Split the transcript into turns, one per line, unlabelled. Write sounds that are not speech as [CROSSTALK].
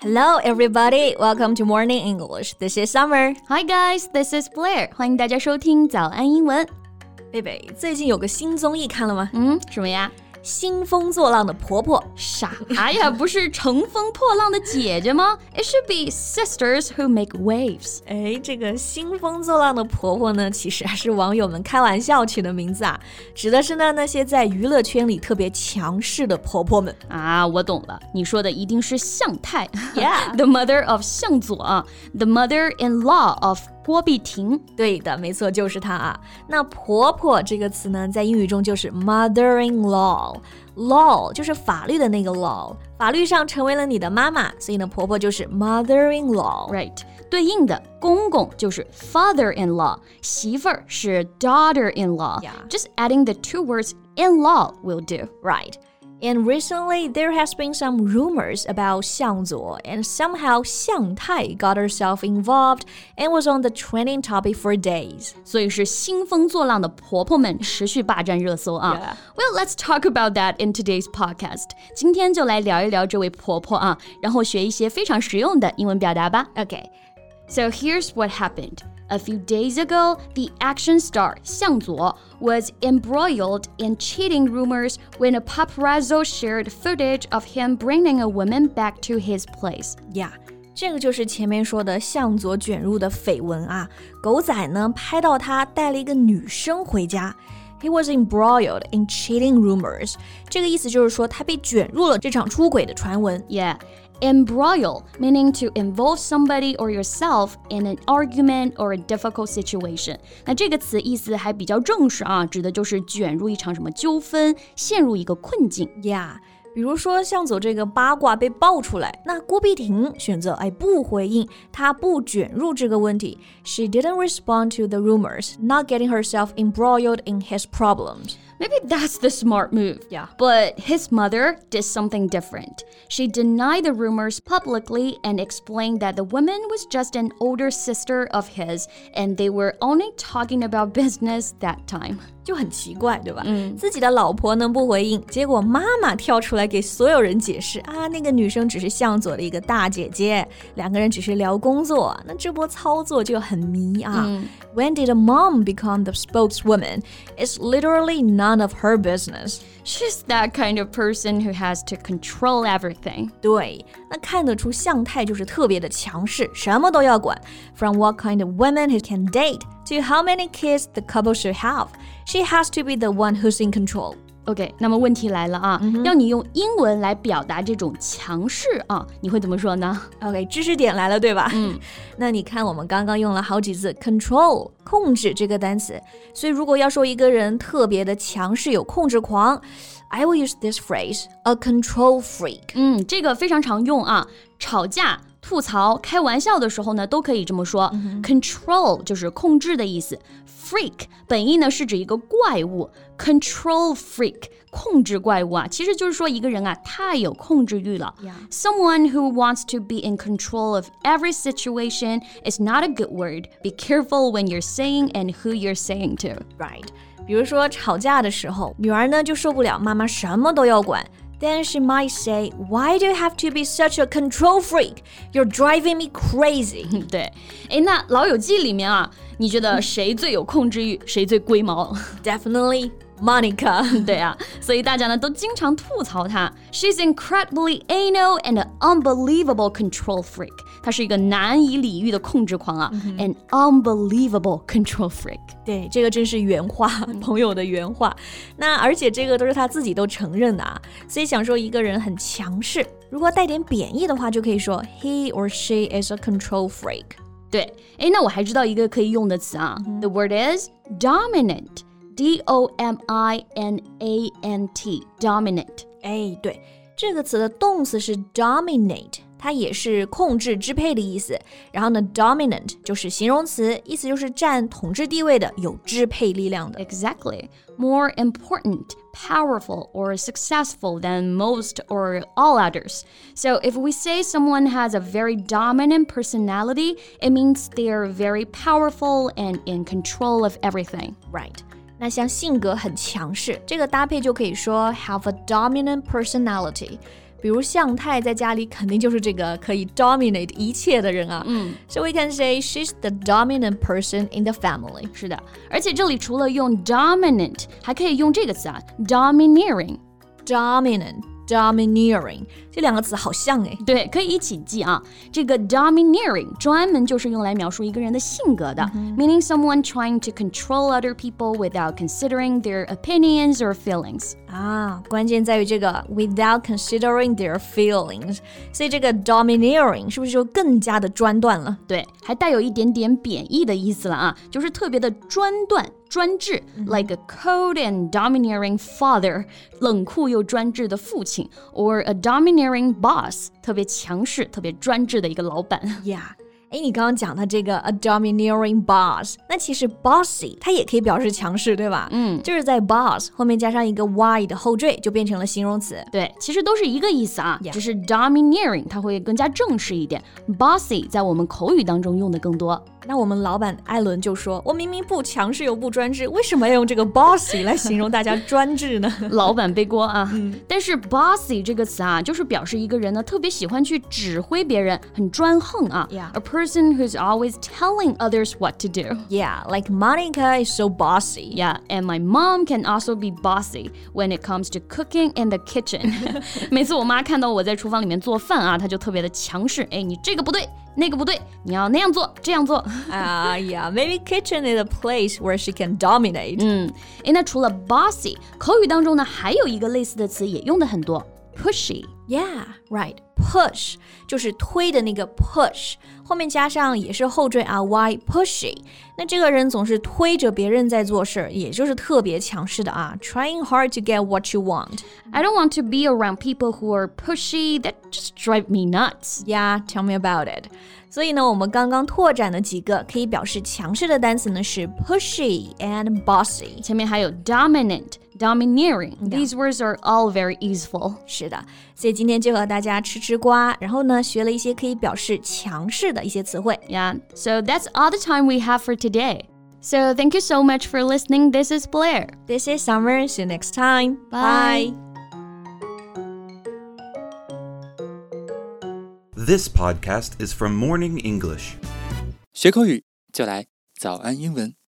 Hello, everybody. Welcome to Morning English. This is Summer.
Hi guys, this is Blair，欢迎大家收听早安英文。
贝贝，最近有个新综艺看了吗？
嗯，什么呀？
兴风作浪的婆婆。
啥呀？不是乘风破浪的姐姐吗？It should be sisters who make waves。
哎，这个兴风作浪的婆婆呢，其实还是网友们开玩笑取的名字啊，指的是呢那些在娱乐圈里特别强势的婆婆们。
啊，我懂了，你说的一定是向太
Yeah.
[LAUGHS] the mother of 向佐啊，the mother-in-law of 郭碧婷。
对的，没错，就是她啊。那婆婆这个词呢，在英语中就是 mother-in-law。law 就是法律的那个 law，法律上成为了你的妈妈，所以呢，婆婆就是 mother-in-law。
Right，对应的公公就是 father-in-law，媳妇儿是 daughter-in-law。
Yeah.
Just adding the two words in-law will do。
Right. And recently, there has been some rumors about Xiang Zuo, and somehow Xiang Tai got herself involved and was on the trending topic for days.
所以是兴风作浪的婆婆们持续霸占热搜啊。Well, let's talk about that in today's podcast. 今天就来聊一聊这位婆婆啊，然后学一些非常实用的英文表达吧。
Okay.
So here's what happened. A few days ago, the action star Xiang Zuo was embroiled in cheating rumors when a paparazzo shared footage of him bringing a woman back to his place.
Yeah. 这个就是前面说的向佐卷入的绯闻啊，狗仔呢拍到他带了一个女生回家，He was embroiled in cheating rumors。这个意思就是说他被卷入了这场出轨的传闻。
Yeah. Embroil, meaning to involve somebody or yourself in an argument or a difficult situation. 那这个词意思还比较正式啊，指的就是卷入一场什么纠纷，陷入一个困境。
呀比如说向佐这个八卦被爆出来，那郭碧婷选择哎不回应，她不卷入这个问题。She didn't respond to the rumors, not getting herself embroiled in his problems.
Maybe that's the smart move.
Yeah.
But his mother did something different. She denied the rumors publicly and explained that the woman was just an older sister of his and they were only talking about [LAUGHS] business that time.
就很奇怪，对吧？自己的老婆能不回应，结果妈妈跳出来给所有人解释啊，那个女生只是向佐的一个大姐姐，两个人只是聊工作。那这波操作就很迷啊。When did a mom become the spokeswoman? It's literally none of her business.
She's that kind of person who has to control everything.
对，那看得出向太就是特别的强势，什么都要管。From what kind of women he can date to how many kids the couple should have, she has to be the one who's in control.
OK，那么问题来了啊，让你用英文来表达这种强势啊，你会怎么说呢？
OK，知识点来了，对吧？嗯， [LAUGHS] 那你看我们刚刚用了好几次 control 控制这个单词，所以如果要说一个人特别的强势、有控制狂，I will use this phrase a control freak。
嗯，这个非常常用啊，吵架、吐槽、开玩笑的时候呢，都可以这么说。Control 就是控制的意思，freak 本意呢是指一个怪物，control freak 控制怪物啊，其实就是说一个人啊太有控制欲了。
Yeah.
Someone who wants to be in control of every situation is not a good word. Be careful when you're saying and who you're saying to. [LAUGHS]
Right，比如说吵架的时候，女儿呢就受不了妈妈什么都要管。Then she might say, "Why do you have to be such a control freak? You're driving me crazy."
[LAUGHS] 嗯，对。哎，那《老友记》里面啊，你觉得谁最有控制欲，谁最龟毛？
Definitely, Monica. [LAUGHS]
对啊，所以大家呢都经常吐槽她。She's incredibly anal and an unbelievable control freak。她是一个难以理喻的控制狂啊、a n unbelievable control freak。
对，这个真是原话，朋友的原话。那而且这个都是她自己都承认的啊，所以想说一个人很强势，如果带点贬义的话，就可以说 he or she is a control freak。
对，哎，那我还知道一个可以用的词啊、t h e word is dominant。D O M I N A N T dominant，
哎，对，这个词的动词是 dominate，它也是控制、支配的意思。然后呢，dominant 就是形容词，意思就是占统治地位的、有支配力量的。
Exactly. More important, powerful, or successful than most or all others. So, if we say someone has a very dominant personality, it means they are very powerful and in control of everything.
Right？那像性格很强势，这个搭配就可以说 have a dominant personality。比如向太在家里肯定就是这个可以 dominate 一切的人啊。
嗯，
So we can say she's the dominant person in the family.
是的，而且这里除了用 dominant，还可以用这个词啊，domineering。
Dominant, domineering 这两个词好像哎。
对，可以一起记啊。这个 domineering 专门就是用来描述一个人的性格的、m e a n i n g someone trying to control other people without considering their opinions or feelings。
啊，关键在于这个 without considering their feelings，所以这个 domineering 是不是就更加的专断了？
对，还带有一点点贬义的意思了啊，就是特别的专断、专制、l i k e a cold and domineering father，冷酷又专制的父亲，or a domineering boss，特别强势、特别专制的一个老板。
呀，哎，你刚刚讲的这个 a domineering boss，那其实 bossy 它也可以表示强势，对吧？嗯，就是在 boss 后面加上一个 y 的后缀，就变成了形容词。
对，其实都是一个意思啊
Yeah
只是 domineering 它会更加正式一点，bossy 在我们口语当中用的
[LAUGHS]
更多。
那我们老板艾伦就说：“我明明不强势又不专制，为什么要用这个 bossy 来形容大家专制 [LAUGHS] 呢？”
老板背锅啊。
嗯
[LAUGHS] 但是 bossy 这个词啊，就是表示一个人呢特别喜欢去指挥别人，很专横啊。
Yeah.
A person who's always telling others what
[LAUGHS]
to do.
Yeah, like Monica is so bossy.
Yeah, and my mom can also be bossy when it comes to cooking in the kitchen.
[LAUGHS]
每次我妈看到我在厨房里面做饭啊，她就特别的强势，哎，你这个不对，那个不对，你要那样做，这样做。
Ah, yeah, maybe kitchen is a place where she can dominate.
哎，那除了 bossy，口语当中呢还有一个类似的词也用的很多，pushy。
Yeah, right. Push 就是推的那个 push，后面加上也是后缀 ry pushy。那这个人总是推着别人在做事儿，也就是特别强势的啊，trying hard to get what you want。
I don't want to be around people who are pushy. That just drive me nuts.
Yeah, tell me about it. 所以呢，我们刚刚拓展的几个可以表示强势的单词呢是 pushy and bossy。
前面还有 dominant, domineering. These words are all very useful.
是的，所以今天就和大家吃吃瓜，然后呢学了一些可以表示强势的一些词汇。
Yeah. So that's all the time we have for today. So thank you so much for listening. This is Blair.
This is Summer. See you next time.
Bye.
This podcast is from Morning English.
学口语就来早安英文。